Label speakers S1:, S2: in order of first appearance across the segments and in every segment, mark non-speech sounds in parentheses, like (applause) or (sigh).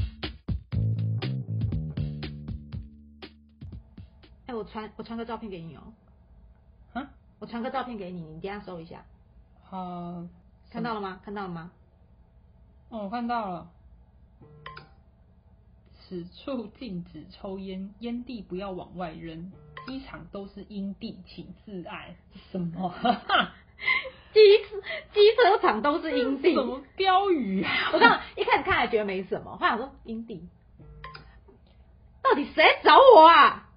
S1: 传哎我传个照片给你哦，
S2: 啊，
S1: 我传个照片给你，你等一下搜一下，
S2: 好，
S1: 看到了吗？看到了吗？
S2: 哦，我看到了。此处禁止抽烟，烟蒂不要往外扔。机场都是阴地，请自爱。什么？
S1: 机机车厂 (laughs) 都是阴地，
S2: 什么标语啊？
S1: 我刚一开始看还觉得没什么，后来我说阴地，到底谁来找我啊？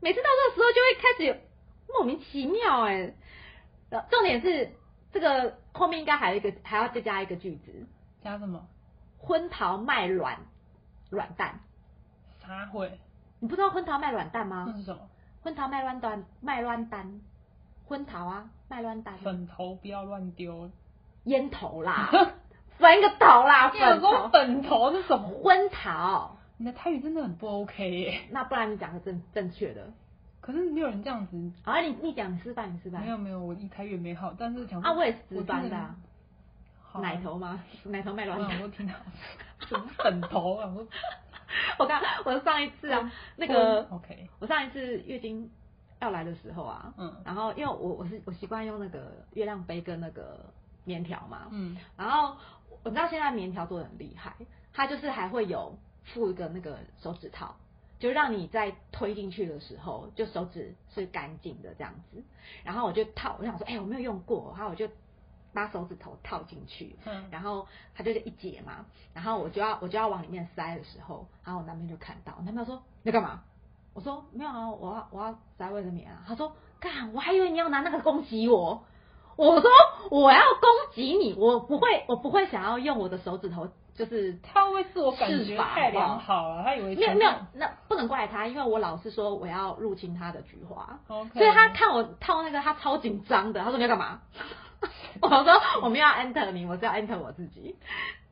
S1: 每次到这个时候就会开始有莫名其妙哎、呃重点是这个后面应该还有一个，还要再加一个句子：
S2: 加什么？
S1: 昏桃卖卵卵蛋。
S2: 啥会？
S1: 你不知道昏桃卖卵蛋吗？
S2: 那是什么？
S1: 昏桃卖卵蛋，卖卵蛋，昏桃啊，卖卵蛋，
S2: 粉头不要乱
S1: (laughs)
S2: 丢。
S1: 烟头啦， (laughs) 粉个头
S2: (laughs)
S1: 啦，
S2: 你有
S1: 粉
S2: 说
S1: 头，
S2: 粉头是
S1: (laughs)
S2: 什么？
S1: 昏桃。
S2: 你的台语真的很不 OK 耶。
S1: 那不然你讲个正正确的。
S2: 可是没有人这样子。
S1: 好啊，你你讲你失败，你失败
S2: 没。有没有，我一台语也没好，但是想说
S1: 啊，我也是
S2: 我
S1: 值班的、啊，
S2: 好啊嗯
S1: 奶头吗？ (laughs) 奶头卖
S2: 我
S1: 卵
S2: 想
S1: 蛋。
S2: 说听到什么粉头啊？我说
S1: 我刚我上一次啊，那
S2: 嗯
S1: 个
S2: OK，
S1: 我上一次月经要来的时候啊，
S2: 嗯
S1: 然后因为我我是我习惯用那个月亮杯跟那个棉条嘛，
S2: 嗯，
S1: 然后我知道现在棉条做的很厉害，它就是还会有附一个那个手指套，就让你在推进去的时候，就手指是干净的这样子。然后我就套，我想说，哎、我没有用过，然后我就把手指头套进去，
S2: 嗯
S1: 然后它就是一节嘛，然后我就要我就要往里面塞的时候，然后我男朋友就看到，我男朋友说你在干嘛？我说没有啊，我要我要塞卫生棉啊。他说干，我还以为你要拿那个攻击我。我说我要攻击你，我不会，我不会想要用我的手指头，就是
S2: 他会不会自我感觉
S1: 是吧
S2: 太良好了？他以为
S1: 没有
S2: 全
S1: 没有
S2: 部，
S1: 那不能怪他，因为我老是说我要入侵他的菊花，
S2: ，OK，
S1: 所以他看我套那个，他超紧张的。他说你要干嘛？ (laughs) 我说我没有要 enter 你，我是要 enter 我自己。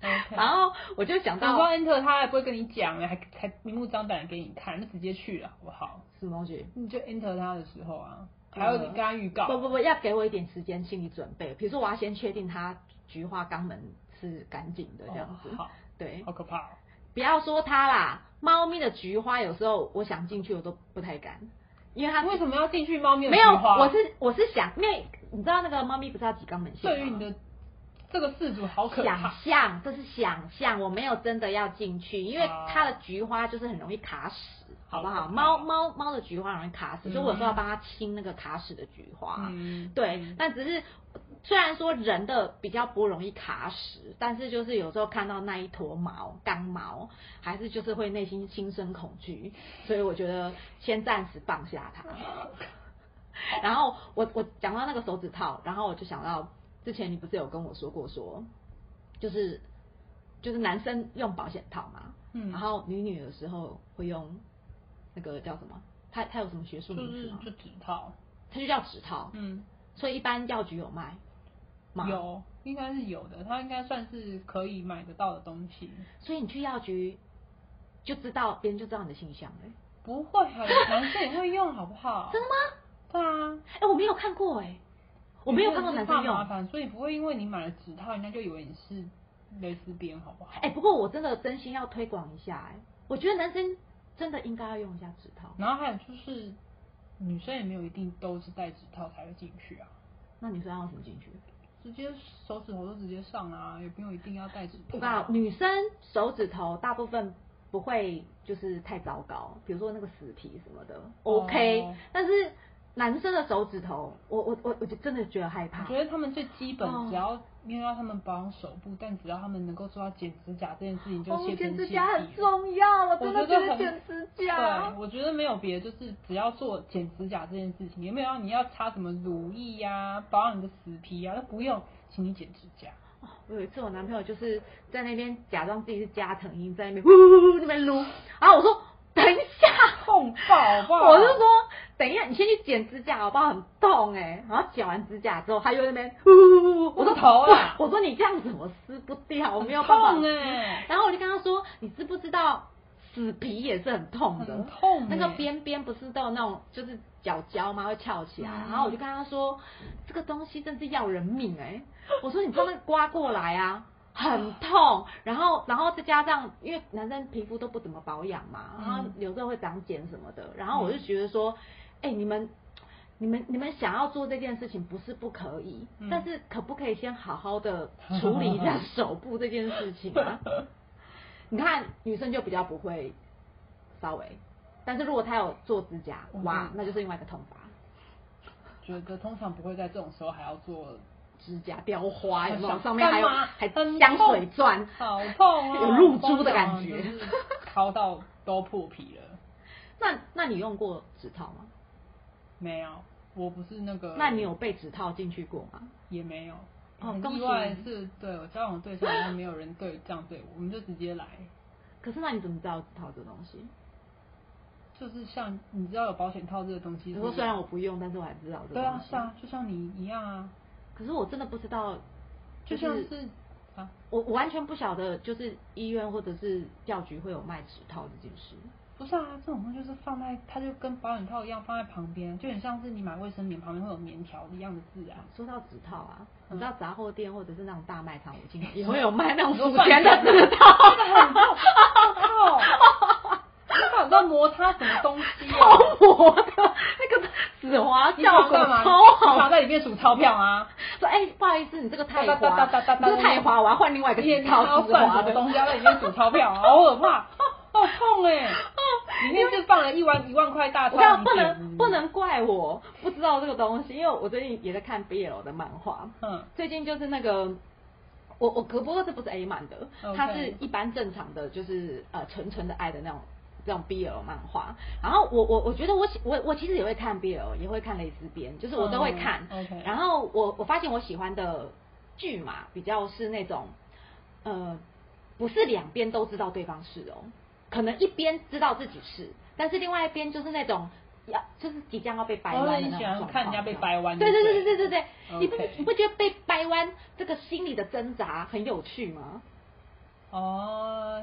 S2: OK。
S1: 然后我就想
S2: 你不
S1: 到
S2: enter 他还不会跟你讲，啊还还明目张胆地给你看，就直接去了，好不好？
S1: 什么东西？
S2: 你就 enter 他的时候啊，还要跟他预告，哦
S1: 不不不，要给我一点时间心理准备。比如说，我要先确定他菊花肛门是干净的这样子。
S2: 哦好，
S1: 对，
S2: 好可怕、哦。
S1: 不要说它啦，猫咪的菊花有时候我想进去我都不太敢，因为它
S2: 为什么要进去猫咪的啊
S1: 没有，
S2: 菊花
S1: 我是我是想，因为你知道那个猫咪不是要挤肛门腺吗
S2: 对于你的这个事主好可
S1: 想
S2: 怕。
S1: 象，这是想象，我没有真的要进去，因为它的菊花就是很容易卡屎，好不
S2: 好
S1: 好？猫猫猫的菊花容易卡屎，
S2: 嗯
S1: 所以我有时候要帮它清那个卡屎的菊花。
S2: 嗯，
S1: 对，但只是虽然说人的比较不容易卡屎，但是就是有时候看到那一坨毛刚毛，还是就是会内心心生恐惧，所以我觉得先暂时放下
S2: (laughs)
S1: 它。然后我我讲到那个手指套，然后我就想到之前你不是有跟我说过说，就是就是男生用保险套嘛，
S2: 嗯
S1: 然后女女的时候会用那个叫什么？它它有什么学术
S2: 就
S1: 名
S2: 是
S1: 字吗？
S2: 就指套，
S1: 它就叫指套，
S2: 嗯，
S1: 所以一般药局有卖吗？。
S2: 有，应该是有的，它应该算是可以买得到的东西。
S1: 所以你去药局就知道，别人就知道你的性向了欸、
S2: 不会啊，男生也会用，好不好？
S1: (laughs) 真的吗？
S2: 对啊，
S1: 哎、我没有看过哎、我没有看过男生
S2: 你是怕麻
S1: 用。
S2: 烦，所以不会因为你买了指套，人家就以为你是蕾丝边，好不好？
S1: 哎、不过我真的真心要推广一下哎、我觉得男生真的应该要用一下指套。
S2: 然后还有就是，女生也没有一定都是戴指套才会进去啊，
S1: 那你说要用什么进去？
S2: 直接手指头就直接上啊，也不用一定要戴指
S1: 我
S2: 套
S1: 告
S2: 啊
S1: 诉。你女生手指头大部分不会就是太糟糕，比如说那个死皮什么的、
S2: 哦
S1: o k 但是男生的手指头，我我我我就真的觉得害
S2: 我
S1: 怕
S2: 觉。得他们最基本，
S1: 哦
S2: 只要因为要他们保养手部，但只要他们能够做到剪指甲这件事情，就谢
S1: 哦，
S2: 天
S1: 剪
S2: 谢
S1: 指
S2: 地
S1: 甲
S2: 了
S1: 很。重要，我
S2: 我
S1: 真的
S2: 觉
S1: 觉
S2: 得
S1: 得
S2: 很
S1: 剪指甲
S2: 对，。我觉得没有别的，就是只要做剪指甲这件事情，有没有要你要擦什么乳液呀、保养你的死皮呀、都不用，请你剪指甲。
S1: 哦我有一次，我男朋友就是在那边假装自己是加藤鹰，在那边呜呜呜那边撸，然后我说等一下，
S2: 痛爆好不好？
S1: 我就说等一下，你先去剪指甲好不好？很痛哎、然后剪完指甲之后，他又在那边呜呜呜，我说
S2: 头啊
S1: 我说你这样子我撕不掉，我没有
S2: 很
S1: 办法
S2: 痛
S1: 撕。
S2: 欸
S1: 然后我就跟他说，你知不知道死皮也是很嗯痛的，
S2: 很痛
S1: 那
S2: 欸
S1: 个
S2: (laughs)
S1: 边边不是都有那种就是角胶吗？会翘起来。
S2: 嗯
S1: 然后我就欸
S2: (laughs)
S1: 跟他说，这个东西真是要人命哎、我说你帮他刮过来啊。很痛，然后然后再加上因为男生皮肤都不怎么保养嘛，
S2: 嗯
S1: 然后有时候会长茧什么的，然后我就觉得说，哎、你们。你们你们想要做这件事情不是不可以，
S2: 嗯
S1: 但是可不可以先好好的处理一
S2: (laughs)
S1: 下手部这件事情啊？你看女生就比较不会稍微，但是如果她有做指甲，
S2: 嗯
S1: 哇，那就是另外一个痛法。
S2: 觉得通常不会在这种时候还要做，
S1: 指甲雕花，有没有？
S2: 想
S1: 上面还有
S2: 干嘛
S1: 还
S2: 啊很
S1: 香
S2: 痛
S1: 水钻，
S2: 好痛
S1: (laughs)
S2: 啊，
S1: 有露珠的感觉
S2: 通常
S1: (laughs)
S2: 就是敲到都破皮了。
S1: 那那你用过指套吗？
S2: 没有，我不是那个。
S1: 那你有被指套进去过吗？
S2: 也没有。
S1: 哦
S2: 很
S1: 恭喜
S2: 意
S1: 你
S2: 外的是对我交往的对象，然后没有人对这样对我，我们就直接来，
S1: 可是那你怎么知道指套这东西？
S2: 就是像你知道有保险套这个东西
S1: 你
S2: 是，
S1: 说虽然我不用，但是我还知道这
S2: 对
S1: 个东
S2: 啊
S1: 西。
S2: 是啊，就像你一样啊，
S1: 可是我真的不知道，
S2: 就是像是啊，
S1: 我我完全不晓得，就是医院或者是药局会有卖指套这件事。
S2: 不是啊，这种东西就是放在它就跟保险套一样放在旁边，就很像是你买卫生棉旁边会有棉条一样的字啊。
S1: 说到指套啊，
S2: 嗯
S1: 你知道杂货店或者是那种大卖场，我经常也会有卖那种数
S2: 饭
S1: 钱的
S2: 店
S1: 指套，
S2: 靠！那你知道摩擦什么东西啊？
S1: 超薄的，那个紫花
S2: 你想
S1: 效果
S2: 干嘛？
S1: 超
S2: 你想
S1: 好。
S2: 在里面数钞票啊？
S1: 说哎、不好意思，你这个太
S2: 哒哒
S1: 滑，
S2: 哒哒哒
S1: 你
S2: 哒
S1: 这个太滑，我要换另外一个
S2: 你
S1: 指
S2: 他
S1: 套
S2: 要
S1: 指
S2: 算什
S1: 滑
S2: 么
S1: 的。
S2: 东西，要在里面数钞票，好可怕，
S1: (laughs)
S2: 好痛哎、里面是放了一万一万块大钞
S1: 哦我告诉
S2: 你
S1: 你不
S2: 点
S1: 能不，能怪我不知道这个东西，因为我最近也在看 BL 的漫画，
S2: 嗯，
S1: 最近就是那个。我我可不过这不是 A 漫的
S2: OK
S1: 它是一般正常的，就是呃纯纯的爱的那种那种 BL 漫画。然后我我我觉得我喜我我其实也会看 BL，也会看蕾丝边，就是我都会看。
S2: 嗯，OK
S1: 然后我我发现我喜欢的剧嘛，比较是那种呃不是两边都知道对方是哦，可能一边知道自己是，但是另外一边就是那种要就是即将要被掰弯的那
S2: 哦你
S1: 种
S2: 喜
S1: 状
S2: 欢
S1: 况。
S2: 看人家被掰弯
S1: 对对对对对对
S2: 对
S1: 对，你不
S2: OK
S1: 你不觉得被掰弯这个心理的挣扎很有趣吗？
S2: 哦，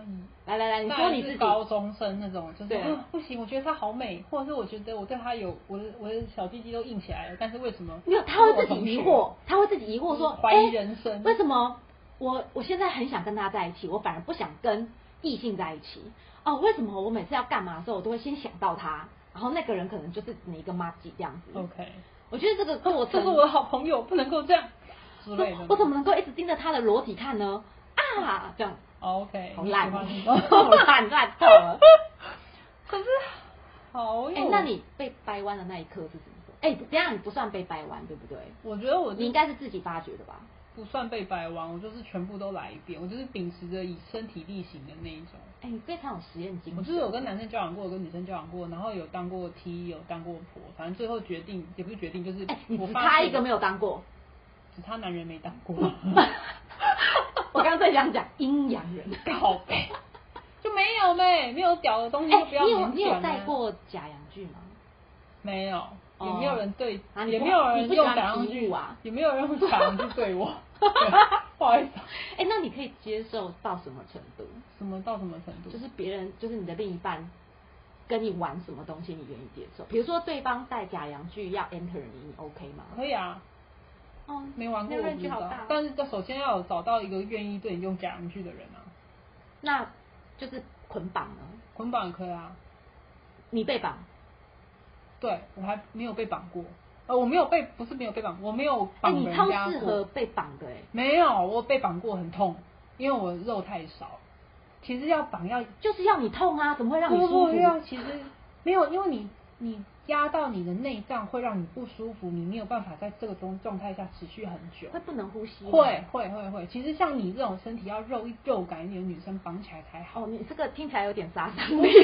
S1: 来来来，你
S2: 那
S1: 说
S2: 还
S1: 你
S2: 是
S1: 自己，
S2: 高中生那种，就是
S1: 对
S2: 啊不行，我觉得她好美，或者是我觉得我对她有我的我的小弟弟都硬起来了，但是为什么？
S1: 没有，他会自己疑惑，，他会自己疑惑说，
S2: 怀疑
S1: 哎
S2: 人生
S1: 为什么我我现在很想跟他在一起，我反而不想跟异性在一起？哦，为什么我每次要干嘛的时候，我都会先想到他，然后那个人可能就是你一个妈吉这样子。
S2: OK，
S1: 我觉得这个过
S2: 哦这
S1: 程，
S2: 是我的好朋友，不能够这样之类的
S1: 我。我怎么能够一直盯着他的裸体看呢？啊，这样
S2: ？OK，
S1: 好烂
S2: 你
S1: (laughs) 哦，
S2: 喜欢 (laughs) 哦这种
S1: 好烂烂透了。
S2: 可是好
S1: 哎、
S2: 有，
S1: 那你被掰弯的那一刻是怎么说？哎、这样你不算被掰弯，对不对？
S2: 我觉得我
S1: 你应该是自己发觉的吧？
S2: 不算被掰弯，我就是全部都来一遍，我就是秉持着以身体力行的那一种。
S1: 哎、你非常有实验精神。
S2: 我就是有跟男生交往过，有跟女生交往过，然后有当过 T，有当过婆，反正最后决定也不是决定，就是
S1: 哎、你
S2: 我
S1: 只
S2: 发
S1: 差
S2: 现
S1: 一个没有当过。
S2: 只差男人没当
S1: (laughs)
S2: 过， (laughs)
S1: 我刚刚在想讲阴阳
S2: (laughs)
S1: 人。
S2: 靠背就没有呗，没有屌的东西
S1: 哎、
S2: 就不要
S1: 你有
S2: 勉
S1: 你有
S2: 强、啊
S1: 带？过假洋剧吗？
S2: 没有，
S1: 哦
S2: 也没有人对，
S1: 啊你不
S2: 也没有人
S1: 你不喜
S2: 用
S1: 欢
S2: 假洋
S1: 皮
S2: 具
S1: 舞啊
S2: 也没有人用假洋具
S1: (laughs)
S2: 对我，对不好意思，
S1: 哎、那你可以接受到什么程度？
S2: 什么到什么程度？
S1: 就是别人，就是你的另一半跟你玩什么东西，你愿意接受？比如说对方带假洋剧要 enter 你，你 OK 吗？
S2: 可以啊，
S1: 哦
S2: 没玩过，我不
S1: 那
S2: 知
S1: 句好
S2: 道
S1: 大。。
S2: 但是首先要有找到一个愿意对你用假洋具的人啊，
S1: 那就是捆绑呢？
S2: 捆绑也可以啊。
S1: 你被绑，
S2: 对我还没有被绑过，呃，我没有被，不是没有被绑，我没有
S1: 哎、
S2: 绑
S1: 你
S2: 人
S1: 超
S2: 家
S1: 适合
S2: 过。
S1: 被绑的哎、
S2: 没有，我被绑过很痛，因为我肉太少。其实要绑要
S1: 就是要你痛啊，怎么会让你
S2: 不
S1: 舒
S2: 不
S1: 服？
S2: 不要，其实没有，因为你你压到你的内脏会让你不舒服，你没有办法在这个状状态下持续很久。
S1: 会不能呼吸吗？
S2: 会会会会，其实像你这种身体要肉肉感一点的女生绑起来才好。
S1: 哦，你这个听起来有点杀伤
S2: (laughs)
S1: 力。
S2: 因为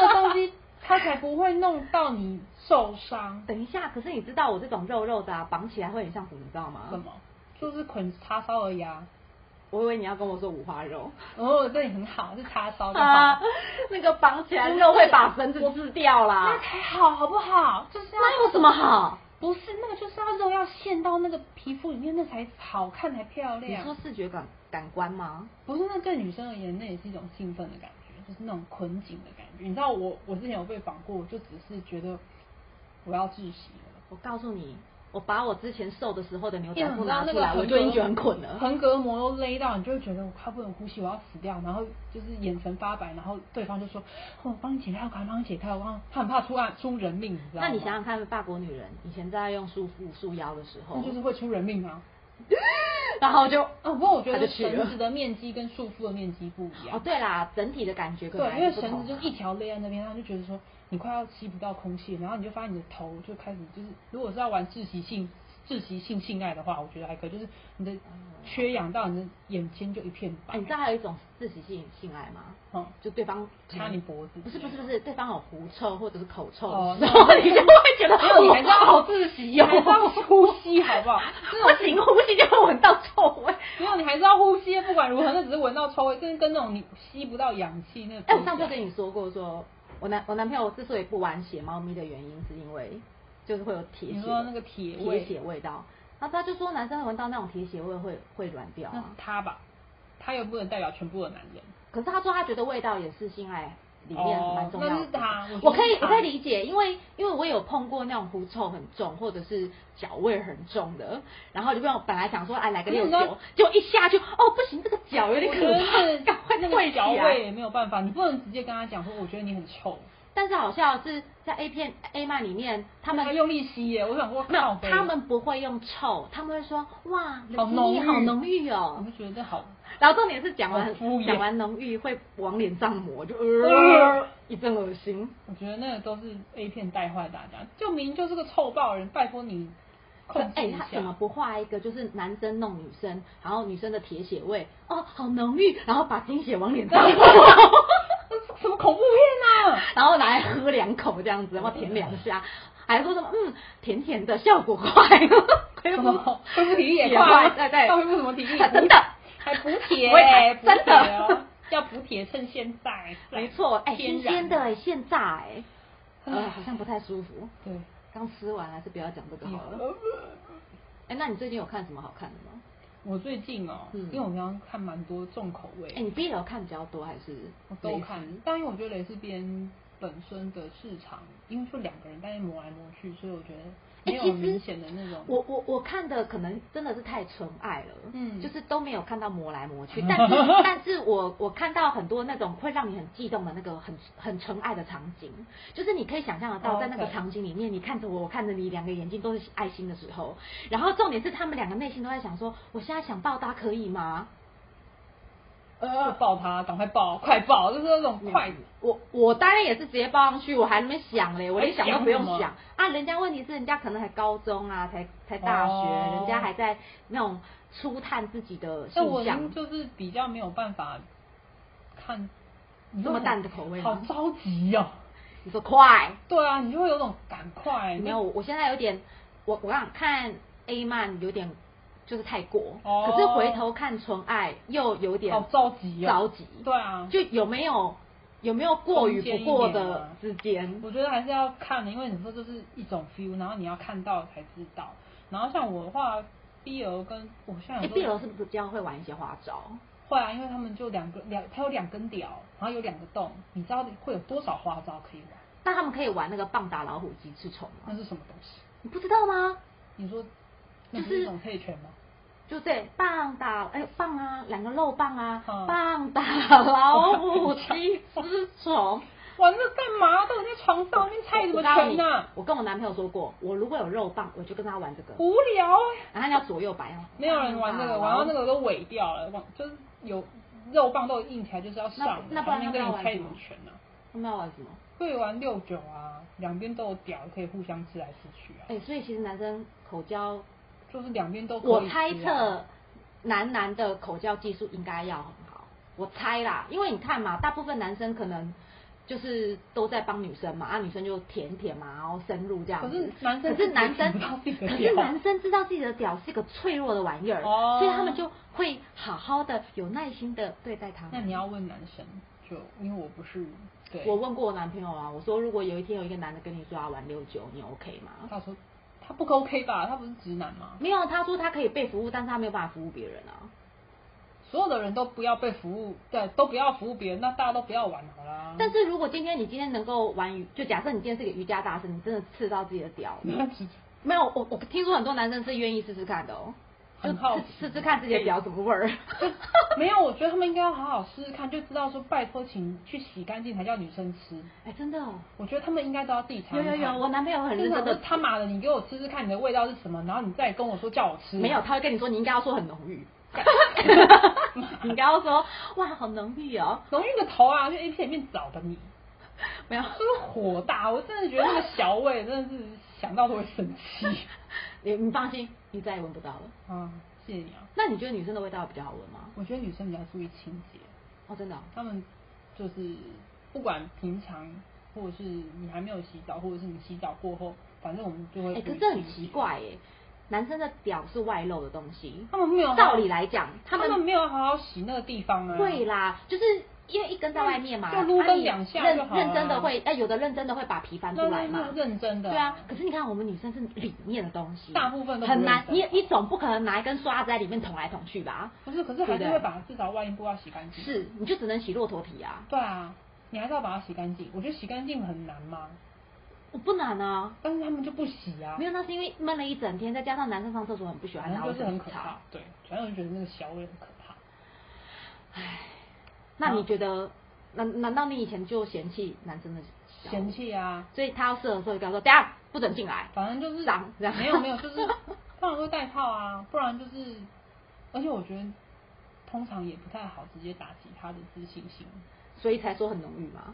S2: 那个东西它才不会弄到你受伤。
S1: 等一下，可是你知道我这种肉肉的、啊、绑起来会很像什么，你知道吗？
S2: 什？么？就是捆叉烧而已啊。
S1: 我以为你要跟我说五花肉
S2: 哦，对你很好，是叉烧
S1: (laughs)
S2: 就好。，
S1: 那个绑啊起来肉会把绳子刺掉啦
S2: 那。才好，好不好？就是
S1: 那
S2: 要
S1: 有什么好？
S2: 不是那个，就是要肉要陷到那个皮肤里面，那才好看，才漂
S1: 你
S2: 亮。
S1: 说视觉感感官吗？
S2: 不是那对女生而言，那也是一种兴奋的感觉，就是那种捆紧的感觉。你知道我我之前有被绑过，我就只是觉得我要窒息了。
S1: 我告诉你，我把我之前瘦的时候的牛仔
S2: 因为
S1: 裤
S2: 你知道
S1: 拿
S2: 那
S1: 出
S2: 个
S1: 来，我
S2: 横
S1: 就已经
S2: 膈
S1: 觉得很困了。
S2: 横膈膜都勒到，你就会觉得我快不能呼吸，我要死掉，然后就是眼神发白，然后对方就说：“哦我帮你解开，我赶快帮你解开，我帮他很怕出案出人命，你知道吗？”
S1: 那你想想看，法国女人以前在用束缚束腰的时候
S2: 那，就是会出人命啊！
S1: 然后就
S2: 啊，不过我觉
S1: 他
S2: 得
S1: 就去了
S2: 绳子的面积跟束缚的面积不一
S1: 哦
S2: 样。
S1: 对啦，整体的感觉可能
S2: 对，
S1: 还
S2: 因为
S1: 是不
S2: 绳
S1: 同啊
S2: 子就一条勒在那边，然后就觉得说你快要吸不到空气，然后你就发现你的头就开始就是，如果是要玩窒息性窒息性性爱的话，我觉得还可以，就是你的缺氧到你的眼睛就一片白。
S1: 哎你知道还有一种自己性性爱吗？
S2: 嗯
S1: 就对方
S2: 掐你脖子
S1: 不是不是不是，对方有狐臭或者是口臭
S2: 哦
S1: 的时候，你就会觉得
S2: 没啊有你还是要
S1: 哇好窒息哟、
S2: 哦你还是要呼吸好 (laughs) 不好
S1: 不行，呼吸就会闻到臭味。
S2: 没有，你还是要呼吸，不管如何，那只是闻到臭味，跟跟那种你吸不到氧气那。
S1: 哎、我上次跟你说过说我男我男朋友之所以不玩血猫咪的原因，是因为就是会有铁血的，
S2: 你说那个铁味
S1: 铁血味道。然后他就说男生闻到那种铁血味会会软掉
S2: 那
S1: 啊，
S2: 是嗯他吧，他又不能代表全部的男人。
S1: 可是他说他觉得味道也是性爱里面
S2: 哦
S1: 蛮重要的。
S2: 那是他我觉得
S1: 我可以
S2: 是他
S1: 我可以理解，因为因为我有碰过那种狐臭很重或者是脚味很重的，然后就跟我本来想说哎来个
S2: 可是
S1: 六
S2: 你知道
S1: 九，结果一下就哦不行，这个脚有点
S2: 我
S1: 可
S2: 觉得
S1: 怕， (laughs) 赶快
S2: 是那
S1: 跪
S2: 个
S1: 起来
S2: 脚味也没有办法，你不能直接跟他讲说，我觉得你很臭。
S1: 但是好笑的是在 A 片 A 漫里面，他们
S2: 还用力吸耶，我想说，
S1: 没有
S2: 靠，北
S1: 他，们不会用臭，他们会说哇，你的
S2: 好浓
S1: 精力
S2: 郁
S1: 好浓郁
S2: 我
S1: 哦。
S2: 就觉得这好，
S1: 然后重点是讲
S2: 好
S1: 完
S2: 敷衍
S1: 讲完浓郁会往脸上抹，就
S2: 呃
S1: 呃一阵恶心。
S2: 我觉得那个都是 A 片带坏大家，就明明就是个臭爆人，拜托你控制
S1: 哎、
S2: 一
S1: 他
S2: 下 (laughs)
S1: 怎。么不画一个就是男生弄女生，然后女生的铁血味哦好浓郁，然后把精血往脸上抹，
S2: (laughs) 什么恐怖片
S1: (laughs)
S2: 啊？
S1: 然后拿来喝两口这样子，然后舔两下，还说什么嗯甜甜的效果快，恢
S2: 什
S1: 复
S2: 么恢复体力也
S1: 也
S2: 快，
S1: 快对对
S2: 要恢复什么体力？
S1: (laughs) 真的。
S2: 还
S1: (laughs)
S2: 补铁、
S1: 我也买
S2: 补
S1: 真
S2: 铁
S1: 的
S2: 哦，要补铁趁现在。
S1: 没错，哎、
S2: 天
S1: 新
S2: 然
S1: 鲜的哎、现榨哎、呃，
S2: 唉
S1: 好像不太舒服。
S2: 对，
S1: 刚吃完还是不要讲这个好
S2: 嗯
S1: 了。哎、那你最近有看什么好看的吗？
S2: 我最近哦，
S1: 嗯
S2: 因为我刚刚看蛮多重口味
S1: 哎、，你 BL 看比较多还是？
S2: 我都看，但因为我觉得蕾丝边本身的市场，因为就两个人在那边磨来磨去，所以我觉得
S1: 哎、
S2: 没有
S1: 其
S2: 明
S1: 实
S2: 显的那种。
S1: 我我我看的可能真的是太纯爱了，
S2: 嗯
S1: 就是都没有看到磨来磨
S2: (laughs)
S1: 去，但是但是我我看到很多那种会让你很悸动的那个很很纯爱的场景，就是你可以想象得到，
S2: 哦
S1: 在那个
S2: OK
S1: 场景里面，你看着我，我看着你，两个眼睛都是爱心的时候，然后重点是他们两个内心都在想说，我现在想报答可以吗？
S2: 呃，抱他，赶快抱， (laughs) 快抱，就是那种快。
S1: 嗯我我当然也是直接报上去，我还在那边想嘞，我连想都不用
S2: 还想
S1: 想啊。人家问题是人家可能还高中啊，才才大学，
S2: 哦
S1: 人家还在那种初探自己的
S2: 但我
S1: 性
S2: 已
S1: 向
S2: 经，就是比较没有办法看
S1: 这么淡的口味
S2: 好
S1: 吗？
S2: 着急哦。
S1: 你说快，
S2: 对啊，你就会有种赶快。
S1: 没有，我现在有点，我我想看 A 漫有点就是太过，
S2: 哦
S1: 可是回头看纯爱又有点
S2: 好着急哦。
S1: 着急，
S2: 对啊，
S1: 就有没有有没有过与不过
S2: 中间一点
S1: 的
S2: 啊
S1: 之间，
S2: 我觉得还是要看的，因为你说这是一种 feel，然后你要看到才知道。然后像我的话，BL 跟我现在
S1: 哎
S2: 有时候
S1: ，B 楼是不是比较会玩一些花招？
S2: 会啊，因为他们就两个两，它有两根屌，然后有两个洞，你知道会有多少花招可以玩？
S1: 那他们可以玩那个棒打老虎鸡吃虫吗？
S2: 那是什么东西？
S1: 你不知道吗？
S2: 你说那
S1: 就是
S2: 不是一种配权吗？
S1: 就对，棒打哎、棒啊，两个肉棒啊，
S2: 嗯
S1: 棒打老虎鸡吃
S2: (laughs)
S1: 虫。
S2: 玩这干嘛？都已经在床上面猜什
S1: 我
S2: 么啊
S1: 告诉
S2: 拳
S1: 你
S2: 呐、，
S1: 我跟我男朋友说过，我如果有肉棒，我就跟他玩这个，
S2: 无聊、欸，
S1: 然后他要左右摆啊。
S2: 没有人玩这个，玩到那个都萎掉了，往就是有肉棒都硬起来，就是要上，
S1: 那那不然
S2: 旁
S1: 他们
S2: 边跟你
S1: 要
S2: 猜
S1: 玩
S2: 什
S1: 什
S2: 么
S1: 么
S2: 拳呢、啊？
S1: 他们要玩什么？
S2: 会玩六九啊，两边都有屌，可以互相吃来吃去啊，
S1: 哎、所以其实男生口交，
S2: 就是两边都可以、啊
S1: 我猜，测男男的口交技术应该要很好，我猜啦，因为你看嘛，大部分男生可能。就是都在帮女生嘛，啊，女生就舔舔嘛，然后深入这样
S2: 可
S1: 子。
S2: 是男生
S1: 可是男生
S2: 不知道自己
S1: 可
S2: 的
S1: 是
S2: 屌
S1: 男生知道自己的屌是一个脆弱的玩意儿，
S2: 哦
S1: 所以他们就会好好的、有耐心的对待他们。
S2: 那你要问男生，就因为我不是对，
S1: 我问过我男朋友啊，我说如果有一天有一个男的跟你说要玩六九，你 OK 吗？
S2: 他说他不 OK 吧？他不是直男吗？
S1: 没有，啊他说他可以被服务，但是他没有办法服务别人啊。
S2: 所有的人都不要被服务，对，都不要服务别人，那大家都不要玩好啦。
S1: 但
S2: 嗯
S1: 是如果今天你今天能够玩瑜，就假设你今天是个瑜伽大师，你真的刺到自己的屌，
S2: 那只
S1: 没有，我我听说很多男生是愿意试试看的哦，就
S2: 很好奇
S1: 试试看自己的屌什么味
S2: (laughs)
S1: 儿。
S2: (laughs) 没有，我觉得他们应该要好好试试看，就知道说拜托，请去洗干净才叫女生吃。
S1: 哎，真的哦，
S2: 我觉得他们应该都要自己尝
S1: 有
S2: 一
S1: 有
S2: 尝。
S1: 有，我男朋友很认真
S2: 的
S1: 的，
S2: 他妈的，你给我吃吃看你的味道是什么，然后你再跟我说叫我吃。
S1: 没有，，他会跟你说你应该要说很浓
S2: (laughs)
S1: 郁，你应该要说哇好浓郁哦，
S2: 浓郁个头啊，去 A 片里面找吧你，
S1: 没有，
S2: 就是火大，我真的觉得那个小味真的是想到都会生气。
S1: (laughs) 你你放心，你再也闻不到了。
S2: 啊，谢谢你啊，
S1: 那你觉得女生的味道比较好闻吗？
S2: 我觉得女生比较注意清洁，
S1: 哦，真的哦、
S2: 她们就是不管平常或者是你还没有洗澡，或者是你洗澡过后，反正我们就会
S1: 哎、
S2: 注
S1: 可
S2: 意
S1: 是很
S2: 清
S1: 奇
S2: 洁，
S1: 怪耶，男生的屌是外露的东西，
S2: 他们没有好
S1: 照理来讲，他
S2: 们
S1: 们
S2: 没有好好洗那个地方啊。
S1: 会啦，就是因为一根在外面嘛，
S2: 就撸
S1: 啊
S2: 根
S1: 你
S2: 两下
S1: 认
S2: 就好
S1: 认真
S2: 啦
S1: 的会，哎、有的认真的会把皮翻出
S2: 那
S1: 来
S2: 那
S1: 嘛
S2: 是。认真的，
S1: 对啊，，可是你看我们女生是里面的东西，
S2: 大部分都不
S1: 很
S2: 认
S1: 难，
S2: 真
S1: 你你总不可能拿一根刷子在里面捅来捅去吧？
S2: 不是，可是还是
S1: 对不
S2: 会
S1: 对
S2: 把至少外阴部要洗干净。
S1: 是，你就只能洗骆驼皮啊，
S2: 对啊，你还是要把它洗干净。我觉得洗干净很难嘛，
S1: 我不难啊。
S2: 但是他们就不洗啊
S1: 没，有，那是因为闷了一整天，再加上男生上厕所很不喜欢
S2: 反
S1: 拿
S2: 正
S1: 卫
S2: 就是很
S1: 生纸
S2: 可
S1: 擦
S2: 怕。。对，反正我就觉得那个小味很可怕。
S1: 那你觉得，难难道你以前就嫌弃男生的小
S2: 嫌弃啊，
S1: 所以他要射的时候，就跟他说：“等一下不准进来。
S2: 反正就是
S1: 脏这样
S2: 没有没有，就是 (laughs) 当然会戴套啊，不然就是，而且我觉得通常也不太好直接打击他的自信心。”
S1: 所以才说很浓郁嘛。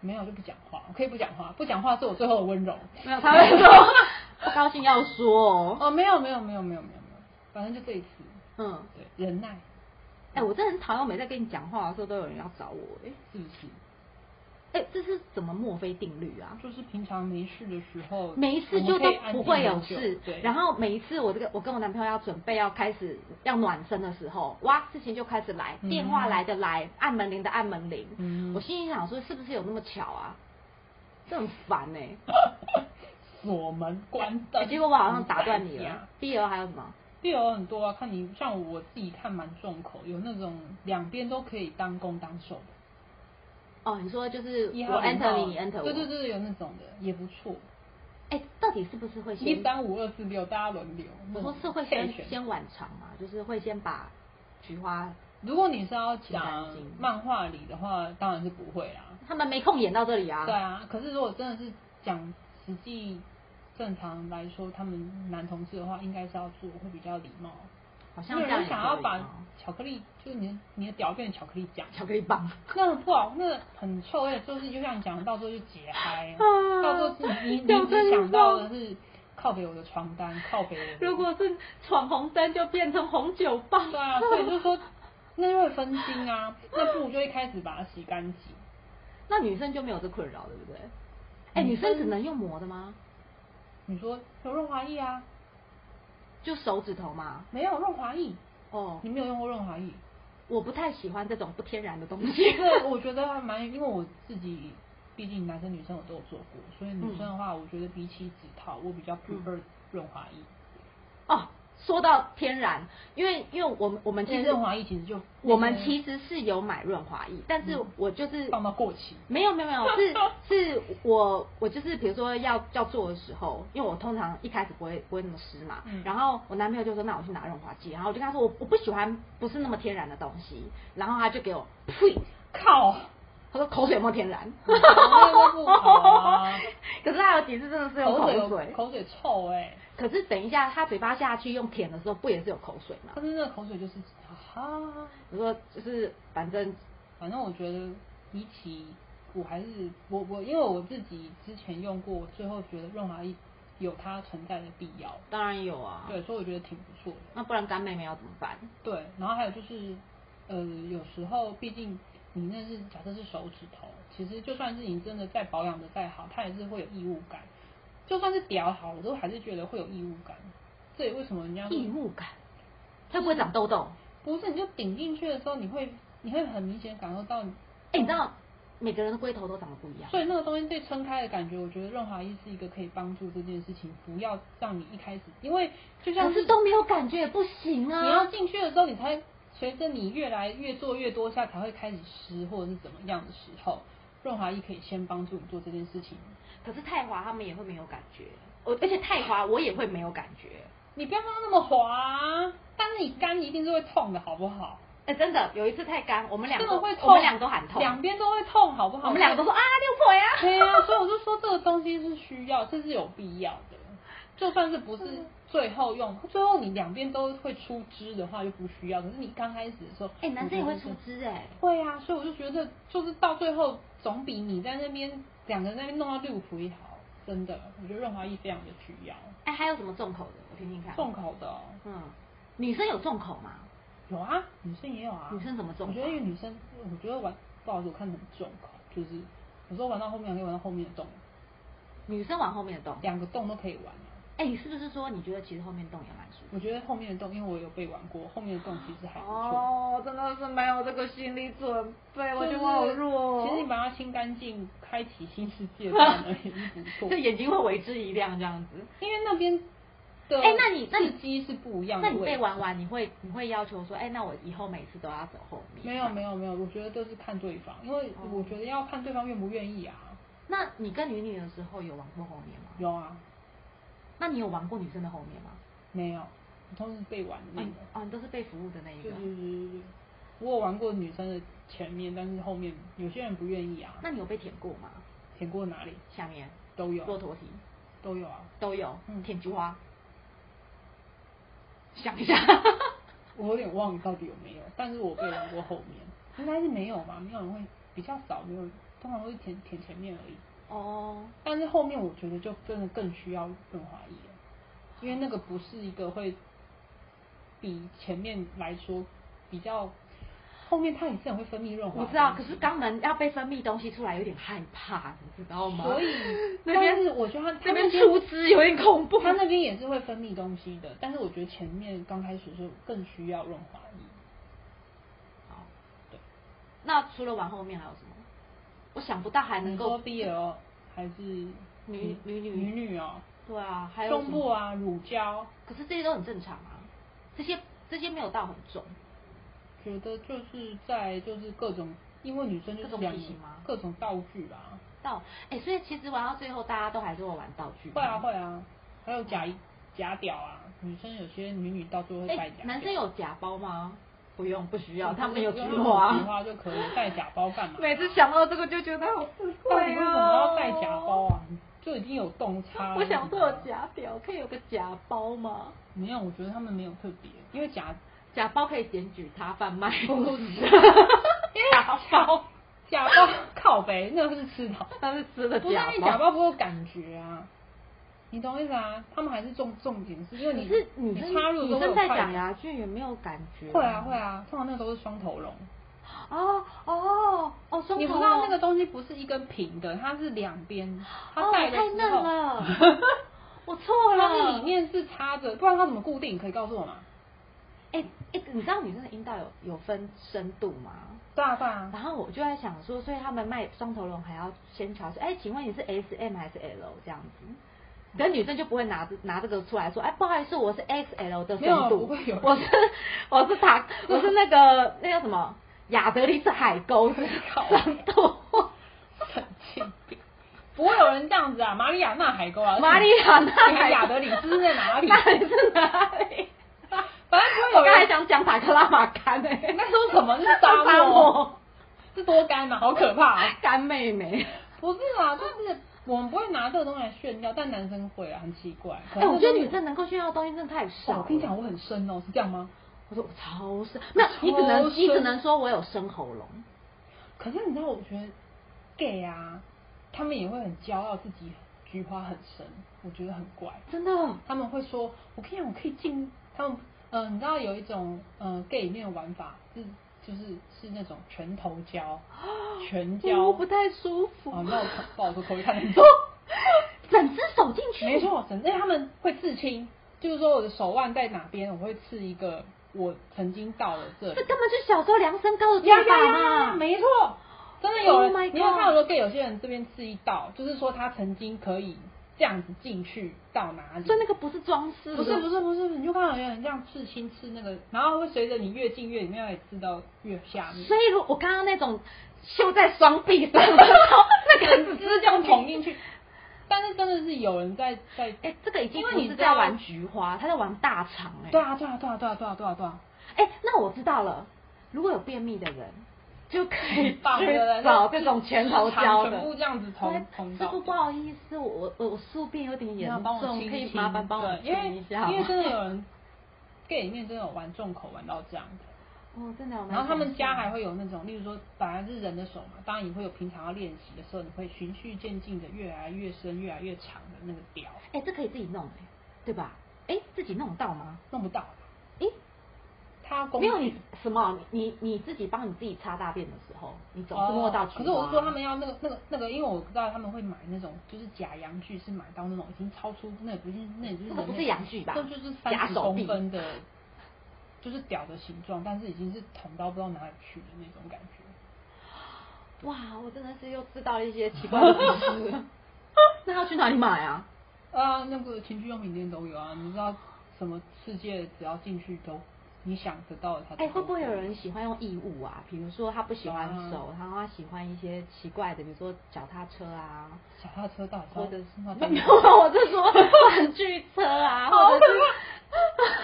S2: 没有就不讲话，我可以不讲话，不讲话是我最后的温柔。
S1: 没有，他会说 (laughs) 不高兴要说哦。
S2: (laughs) 哦，没有没有没有没有没有没有，反正就这一次，
S1: (laughs) 嗯，
S2: 对，忍耐
S1: 哎、我真的很讨厌，我每在跟你讲话的时候都有人要找我、哎
S2: 是不是？
S1: 哎、这是怎么墨菲定律啊？
S2: 就是平常没事的时候，
S1: 每一次就都不会有事，
S2: 对，
S1: 然后每一次我这个我跟我男朋友要准备要开始要暖身的时候，哇，事情就开始来，
S2: 嗯
S1: 电话来的来，按门铃的按门铃，
S2: 嗯
S1: 我心里想说是不是有那么巧啊？这很烦哎、
S2: (laughs)
S1: (laughs)
S2: 锁门关灯、
S1: 哎结果我好像打断你
S2: 哎
S1: 了
S2: 呀。。
S1: B L 还有什么？
S2: 队友很多啊，看你像我自己看蛮重口，有那种两边都可以当攻当受的，
S1: 哦，你说就是
S2: 一
S1: 我
S2: 号
S1: enter 你，
S2: 零
S1: 你 enter 我。
S2: 对对。对，有那种的也不错，
S1: 哎，到底是不是会
S2: 一
S1: 先？
S2: 三五二四六大家轮流。
S1: 我说是会
S2: 先
S1: 先先晚场嘛，就是会先把菊花，
S2: 如果你是要
S1: 请
S2: 讲
S1: 安静
S2: 漫画里的话，当然是不会啦。
S1: 他们没空演到这里啊。
S2: 对。啊，可是如果真的是讲实际正常来说，他们男同志的话，应该是要做会比较礼貌。
S1: 好像
S2: 没有
S1: 这样也可以
S2: 人想要把
S1: 哦
S2: 巧克力，就是你的你的屌变成巧克力酱，
S1: 巧克力棒。
S2: 那很不好，那很臭味。就是就像你讲，的，到时候就解嗨、
S1: 啊
S2: 到时候你
S1: (laughs) 巧
S2: 你你
S1: 克
S2: 只
S1: 力
S2: 想到的是靠北我的床单，靠北我的。
S1: (laughs) 如果是闯红灯，就变成红酒棒。
S2: 对啊，所以就说那就会分心啊，那不如就一开始把它洗干净。
S1: (laughs) 那女生就没有这困扰，对不对？哎，
S2: 女
S1: 女
S2: 生
S1: 生只能用磨的吗？
S2: 你说有润滑液啊？
S1: 就手指头嘛。
S2: 没有润滑液，
S1: 哦
S2: 你，没有用过润滑
S1: (laughs)
S2: 液？
S1: 我不太喜欢这种不天然的东
S2: (laughs)
S1: 西。
S2: 对，我觉得还蛮，因为我自己毕竟男生女生我都有做过，所以女生的话，我觉得比起指套，我比较
S1: 嗯
S2: prefer 润滑液。
S1: 哦，说到天然，因为因为我们我们
S2: 因
S1: 其
S2: 为
S1: 实
S2: 润滑液其实就
S1: 我们
S2: 那
S1: 其实是有买润滑液，但是
S2: 嗯
S1: 我就是
S2: 个放到过期，
S1: 没有没有没有，
S2: (laughs)
S1: 是是我我就是比如说要要做的时候，因为我通常一开始不会不会那么湿嘛，
S2: 嗯
S1: 然后我男朋友就说那我去拿润滑剂，然后我就跟他说我我不喜欢不是那么天然的东西，然后他就给我呸，
S2: 靠，
S1: 他说口水有没有天然？
S2: 那个不好啊，
S1: (laughs) 可是他有几次真的是用
S2: 口
S1: 口
S2: 水
S1: 水，
S2: 口水臭哎、
S1: 可是等一下他嘴巴下去用舔的时候不也是有口水吗
S2: 但？是那个口水就是啊，
S1: 我说就是反正
S2: 反正我觉得比起我还是我我因为我自己之前用过，我最后觉得润滑液有它存在的必要，
S1: 当然有啊，
S2: 对，所以我觉得挺不错的。
S1: 那不然干妹妹要怎么办？
S2: 对，然后还有就是，呃，有时候毕竟你那是假设是手指头，其实就算是你真的再保养的再好，它也是会有异物感。就算是屌好了，我都还是觉得会有异物感。这也为什么人家说
S1: 异物感，会不会长痘痘？
S2: 不是，你啊就顶进去的时候，你会你会很明显感受到，
S1: 哎、你知道每个人的龟头都长得不一样，
S2: 所以那个东西被撑开的感觉，我觉得润滑液是一个可以帮助这件事情，不要让你一开始，因为就像
S1: 可是都没有感觉也不行啊。
S2: 你要进去的时候，你才随着你越来越做越多下，才会开始湿或者是怎么样的时候，润滑液可以先帮助你做这件事情。
S1: 可是泰华他们也会没有感觉，我而且太滑我也会没有感觉。
S2: 你不要让它那么滑啊，但是你干一定是会痛的，好不好？
S1: 哎、真的有一次太干，我们两
S2: 真
S1: 个
S2: 的会痛，
S1: 我们两个都喊痛，
S2: 两边都会痛，好不好？哎
S1: 我们两个都说啊六腿啊。
S2: 对啊，所以我就说这个东西是需要，这是有必要的。就算是不是
S1: 嗯
S2: 最后用，最后你两边都会出汁的话就不需要。可是你刚开始的时候，
S1: (laughs) 哎、男生也会出
S2: 汁。
S1: 汁哎、
S2: 会啊，所以我就觉得，就是到最后总比你在那边两个人在那边弄到六回好，真的，我觉得润滑液非常的需要。
S1: 哎、还有什么重口的？我听听看。
S2: 重口的哦、
S1: 嗯，女生有重口吗？
S2: 有啊，女生也有啊。
S1: 女生怎么重
S2: 我觉得因为女生，我觉得玩不好意思，我看得很重口，就是有时候玩到后面可以玩到后面的洞，
S1: 女生往后面的洞。
S2: 两个洞都可以玩、啊。
S1: 哎、你是不是说你觉得其实后面洞也蛮舒服？
S2: 我觉得后面的洞，因为我有被玩过，后面的洞其实还不错。
S1: 哦，真的是没有这个心理准备，我觉得我好弱哦。
S2: 其实你把它清干净，开启新世
S1: (laughs)
S2: 界，可能也是不错。
S1: 就眼睛会为之一亮这样子。
S2: 因为那边的
S1: 哎那你那你
S2: 刺激是不一样的
S1: 那
S2: 味道。
S1: 你被玩完，你会你会要求说，哎、那我以后每次都要走后面？
S2: 没有没有没有，我觉得这是看对方，因为
S1: 哦
S2: 我觉得要看对方愿不愿意啊。
S1: 那你跟女女的时候有玩过后面吗？
S2: 有啊，
S1: 那你有玩过女生的后面吗？
S2: 没有，我都是被玩的那
S1: 啊
S2: 个
S1: 你。啊，你都是被服务的那一
S2: 对
S1: 个
S2: 对。对对对，我有玩过女生的前面，但是后面有些人不愿意啊。
S1: 那你有被舔过吗？
S2: 舔过哪里
S1: 下面
S2: 都有，啊
S1: 骆驼蹄
S2: 都有啊。
S1: 都有，
S2: 嗯
S1: 舔菊花。想一下，
S2: 我有点忘了到底有没有，但是我被玩过后面，应该是没有吧？没有人会比较少，没有人通常都是舔舔前面而已。
S1: 哦，
S2: 但是后面我觉得就真的更需要润滑液了，因为那个不是一个会比前面来说比较，后面它也是很会分泌润滑
S1: 我
S2: 的东西，
S1: 知道，可是肛门要被分泌东西出来，有点害怕，你知道吗？
S2: 所以
S1: (laughs) 那边
S2: 但是我觉得它它
S1: 那边
S2: 那边
S1: 出汁有点恐怖。
S2: 它那边也是会分泌东西的，但是我觉得前面刚开始的时候更需要润滑液。
S1: (laughs) 好
S2: 对，
S1: 那除了玩后面还有什么？我想不到还能
S2: 你
S1: 够
S2: 说 BL 还是
S1: 女女女
S2: 女女哦，
S1: 对啊，还有什
S2: 胸
S1: 么
S2: 部啊、乳胶，
S1: 可是这些都很正常啊，这些这些没有到很重。
S2: 觉得就是在就是各种，因为女生就
S1: 各
S2: 是
S1: 种
S2: 两
S1: 体型吗
S2: 各种道具啦，
S1: 到哎、所以其实玩到最后，大家都还是会玩道具。
S2: 会啊。会啊，还有假假屌啊，女生有些女女到最后会
S1: 哎、
S2: 戴假哦屌，
S1: 男生有假包吗？不用，不需要，他们有菊
S2: 菊
S1: 花。
S2: 花就可以戴假包干嘛？
S1: (laughs) 每次想到这个就觉得好吃
S2: 到底
S1: 亏
S2: 为什么
S1: 哦。
S2: 要戴假包啊？就已经有洞差了。
S1: (laughs) 我想做假表，可以有个假包吗？
S2: 没有，我觉得他们没有特
S1: (laughs)
S2: 别，因为假
S1: 假包可以检举他贩卖。
S2: 不是
S1: 假包，
S2: 假包靠北，那个是吃的。
S1: (laughs) 他是吃的
S2: 不是
S1: 假
S2: 因为假包不够感觉啊，你懂我意思啊？他们还是重重点是因为
S1: 可
S2: 你
S1: 是女生
S2: 你插入
S1: 女
S2: 都会有
S1: 生
S2: 快
S1: 在
S2: 感
S1: 假，牙菌也没有感觉。
S2: 会啊会。啊，通常那个都是双头龙。
S1: 哦哦哦，中
S2: 你不
S1: 头
S2: 知道
S1: 哦
S2: 那个东西不是一根平的，它是两边，它
S1: 哦
S2: 戴的
S1: 太
S2: 时
S1: 嫩
S2: 候， (laughs)
S1: 了我错
S2: 它
S1: 了。
S2: 是里面是插着，不然它怎么固定？可以告诉我吗？
S1: 哎、哎、你知道女生的阴道有有分深度吗？
S2: 对啊对啊，
S1: 然后我就在想说，所以他们卖双头龙还要先调试。哎、请问你是 S M 还是 L 这样子？可是女生就不会拿拿这个出来说，哎，不好意思，我是 XL 的深
S2: 没有
S1: 度，
S2: 不会有人
S1: 我是我是塔，我是那个那叫什么亚德里斯海沟的
S2: 靠
S1: 深 (laughs) 度，
S2: (laughs) 神经病，不会有人这样子啊！马里亚纳海沟啊，
S1: 马里亚纳海沟
S2: 你们亚德里斯在哪里？
S1: (laughs) 那还是哪里？
S2: (laughs) 反正不会
S1: (laughs) 我
S2: 有
S1: 刚才
S2: 人。
S1: 想讲塔克拉玛干诶、
S2: 你在说什么？这是沙
S1: (laughs) 沙
S2: 漠，
S1: 漠
S2: 这多干呐、好可怕、啊！
S1: 干妹妹。
S2: 不是啦，就是我们不会拿这个东西来炫耀，但男生会啊，很奇怪。
S1: 哎、我觉得女生能够炫耀的东西真的太少
S2: 哇
S1: 了。
S2: 我跟你讲，我很深哦，是这样吗？
S1: 我说我超深，没有，你只能
S2: 超
S1: 你只
S2: 深
S1: 能说我有生喉咙。
S2: 可是你知道，我觉得 gay 啊，他们也会很骄傲自己菊花很深，我觉得很怪。
S1: 真的，
S2: 他们会说，我跟你讲，我可以进他们，呃，你知道有一种呃 gay 里面的玩法是就是是那种拳头
S1: (gasps)
S2: 交，拳交
S1: 我哦不太舒服。
S2: 哦，那我不好说，口味太
S1: (laughs)
S2: 重。
S1: 哦整只手进去，
S2: 没错，反正他们会刺青，就是说我的手腕在哪边，我会刺一个我曾经到了这里
S1: 这。根本就是小时候量身高的做
S2: 呀呀
S1: 法
S2: 呀！
S1: 嘛。
S2: 没错，真的有人
S1: Oh my
S2: 你有看到
S1: God
S2: 说 gay 有些人这边刺一道，就是说他曾经可以这样子进去到哪里
S1: 所。以那个不是装饰，
S2: 不是不是不是，你就看到有人这样刺青刺那个，然后会随着你越近越里面，也刺到越下面。
S1: 所以如我刚
S2: (laughs)
S1: 刚那种绣在双臂上的时候，那个
S2: 只是这样捅进去，但是真的是有人在在，
S1: 哎、这个已经
S2: 因为
S1: 不
S2: 你
S1: 是
S2: 知道
S1: 在玩菊花，他在玩大肠哎、
S2: 对啊对啊对啊对啊对啊对啊对啊，
S1: 哎、那我知道了，如果有便秘的人，就可以
S2: 很棒对不对
S1: 去找这种拳头胶的，
S2: 全部这样子捅
S1: 对
S2: 捅
S1: 师
S2: 到
S1: 傅不好意思，我我我宿便有点
S2: 你
S1: 严
S2: 要帮我
S1: 重，
S2: 清
S1: 可以
S2: 清
S1: 麻烦帮我
S2: 对因
S1: 清
S2: 为
S1: 一下吗
S2: 因为真的有人 gay 里面真的有玩重口玩到这样的。
S1: 哦，真的有那种事。
S2: 然后他们家还会有那种，例如说本来是人的手嘛，当然你会有平常要练习的时候，你会循序渐进的越来越深、越来越长的那个表，
S1: 哎、这可以自己弄哎、对吧？哎、自己弄到吗？
S2: 弄不到。
S1: 哎、
S2: 他要工
S1: 没
S2: 具
S1: 有你什么？你你自己帮你自己擦大便的时候，你总是摸到
S2: 哦
S1: 菊花、
S2: 可是我是说他们要那个那个那个，因为我知道他们会买那种就是假洋具，是买到那种已经超出那也不是那也就是
S1: 那个
S2: 人类
S1: 不是洋具吧
S2: 那就是
S1: 假
S2: 三十
S1: 手
S2: 公
S1: 臂
S2: 分的，就是屌的形状，但是已经是捅到不知道哪里去的那种感觉。
S1: 哇，我真的是又知道了一些奇怪的知识。 (laughs) 那要去哪里买啊？
S2: 啊，那个情趣用品店都有啊，你知道什么世界只要进去都你想得到的它。
S1: 哎、会不会有？人喜欢用异物啊？比如说他不喜欢
S2: 啊
S1: 手，然后他喜欢一些奇怪的，比如说脚踏车啊，
S2: 脚踏车到底
S1: 或者是
S2: 那到底
S1: 没有， (laughs) 我是说玩具车
S2: (laughs)
S1: 啊，或者是。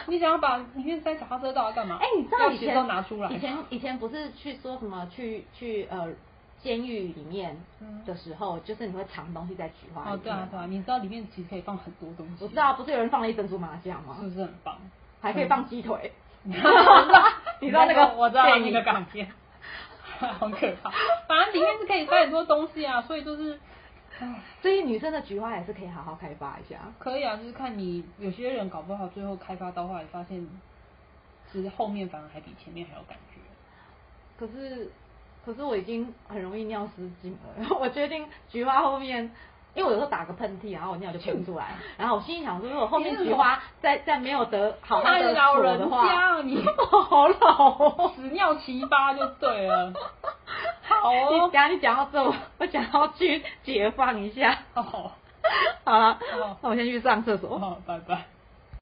S2: 你想要把里面塞脚踏车到底干嘛？
S1: 哎、你知道
S2: 钥
S1: 以
S2: 匙
S1: 前
S2: 都拿出来。
S1: 以前以前不是去说什么去去呃监狱里面
S2: 嗯
S1: 的时候，就是你会藏东西在菊花里面。
S2: 哦，对啊，对啊，你知道里面其实可以放很多东西。
S1: 我知道，不是有人放了一整组麻将吗
S2: 是？不是很 (laughs) 棒？
S1: 还可以放鸡腿。
S2: 嗯 (laughs) 你知道
S1: (laughs) 你知道那个
S2: 我知道
S1: 电
S2: 那
S1: 影
S2: 个港片，好可怕。反正里面是可以塞很多东西啊，所以就是，唉。
S1: 所以女生的菊花也是可以好好开发一下。
S2: 可以啊，就是看你有些人搞不好最后开发到后来发现，其实后面反而还比前面还有感觉。
S1: 可是，可是我已经很容易尿失禁了。 (laughs) 我决定菊花后面，因为我有时候打个喷嚏，然后我尿就喷出来，然后我心里想说，如果后
S2: 哎
S1: 面菊花再再没有得好好
S2: 太
S1: 的
S2: 哎老
S1: 锁
S2: 人
S1: 的话，
S2: 家，你
S1: (laughs) 好老哦。
S2: 屎尿齐八就对 (laughs) 了。好
S1: (laughs) 你
S2: 哦
S1: 等，下你讲到这，我我想要去解放一下。
S2: 好，
S1: 好了
S2: 哦好，
S1: 那我先去上厕所。
S2: 好，拜拜。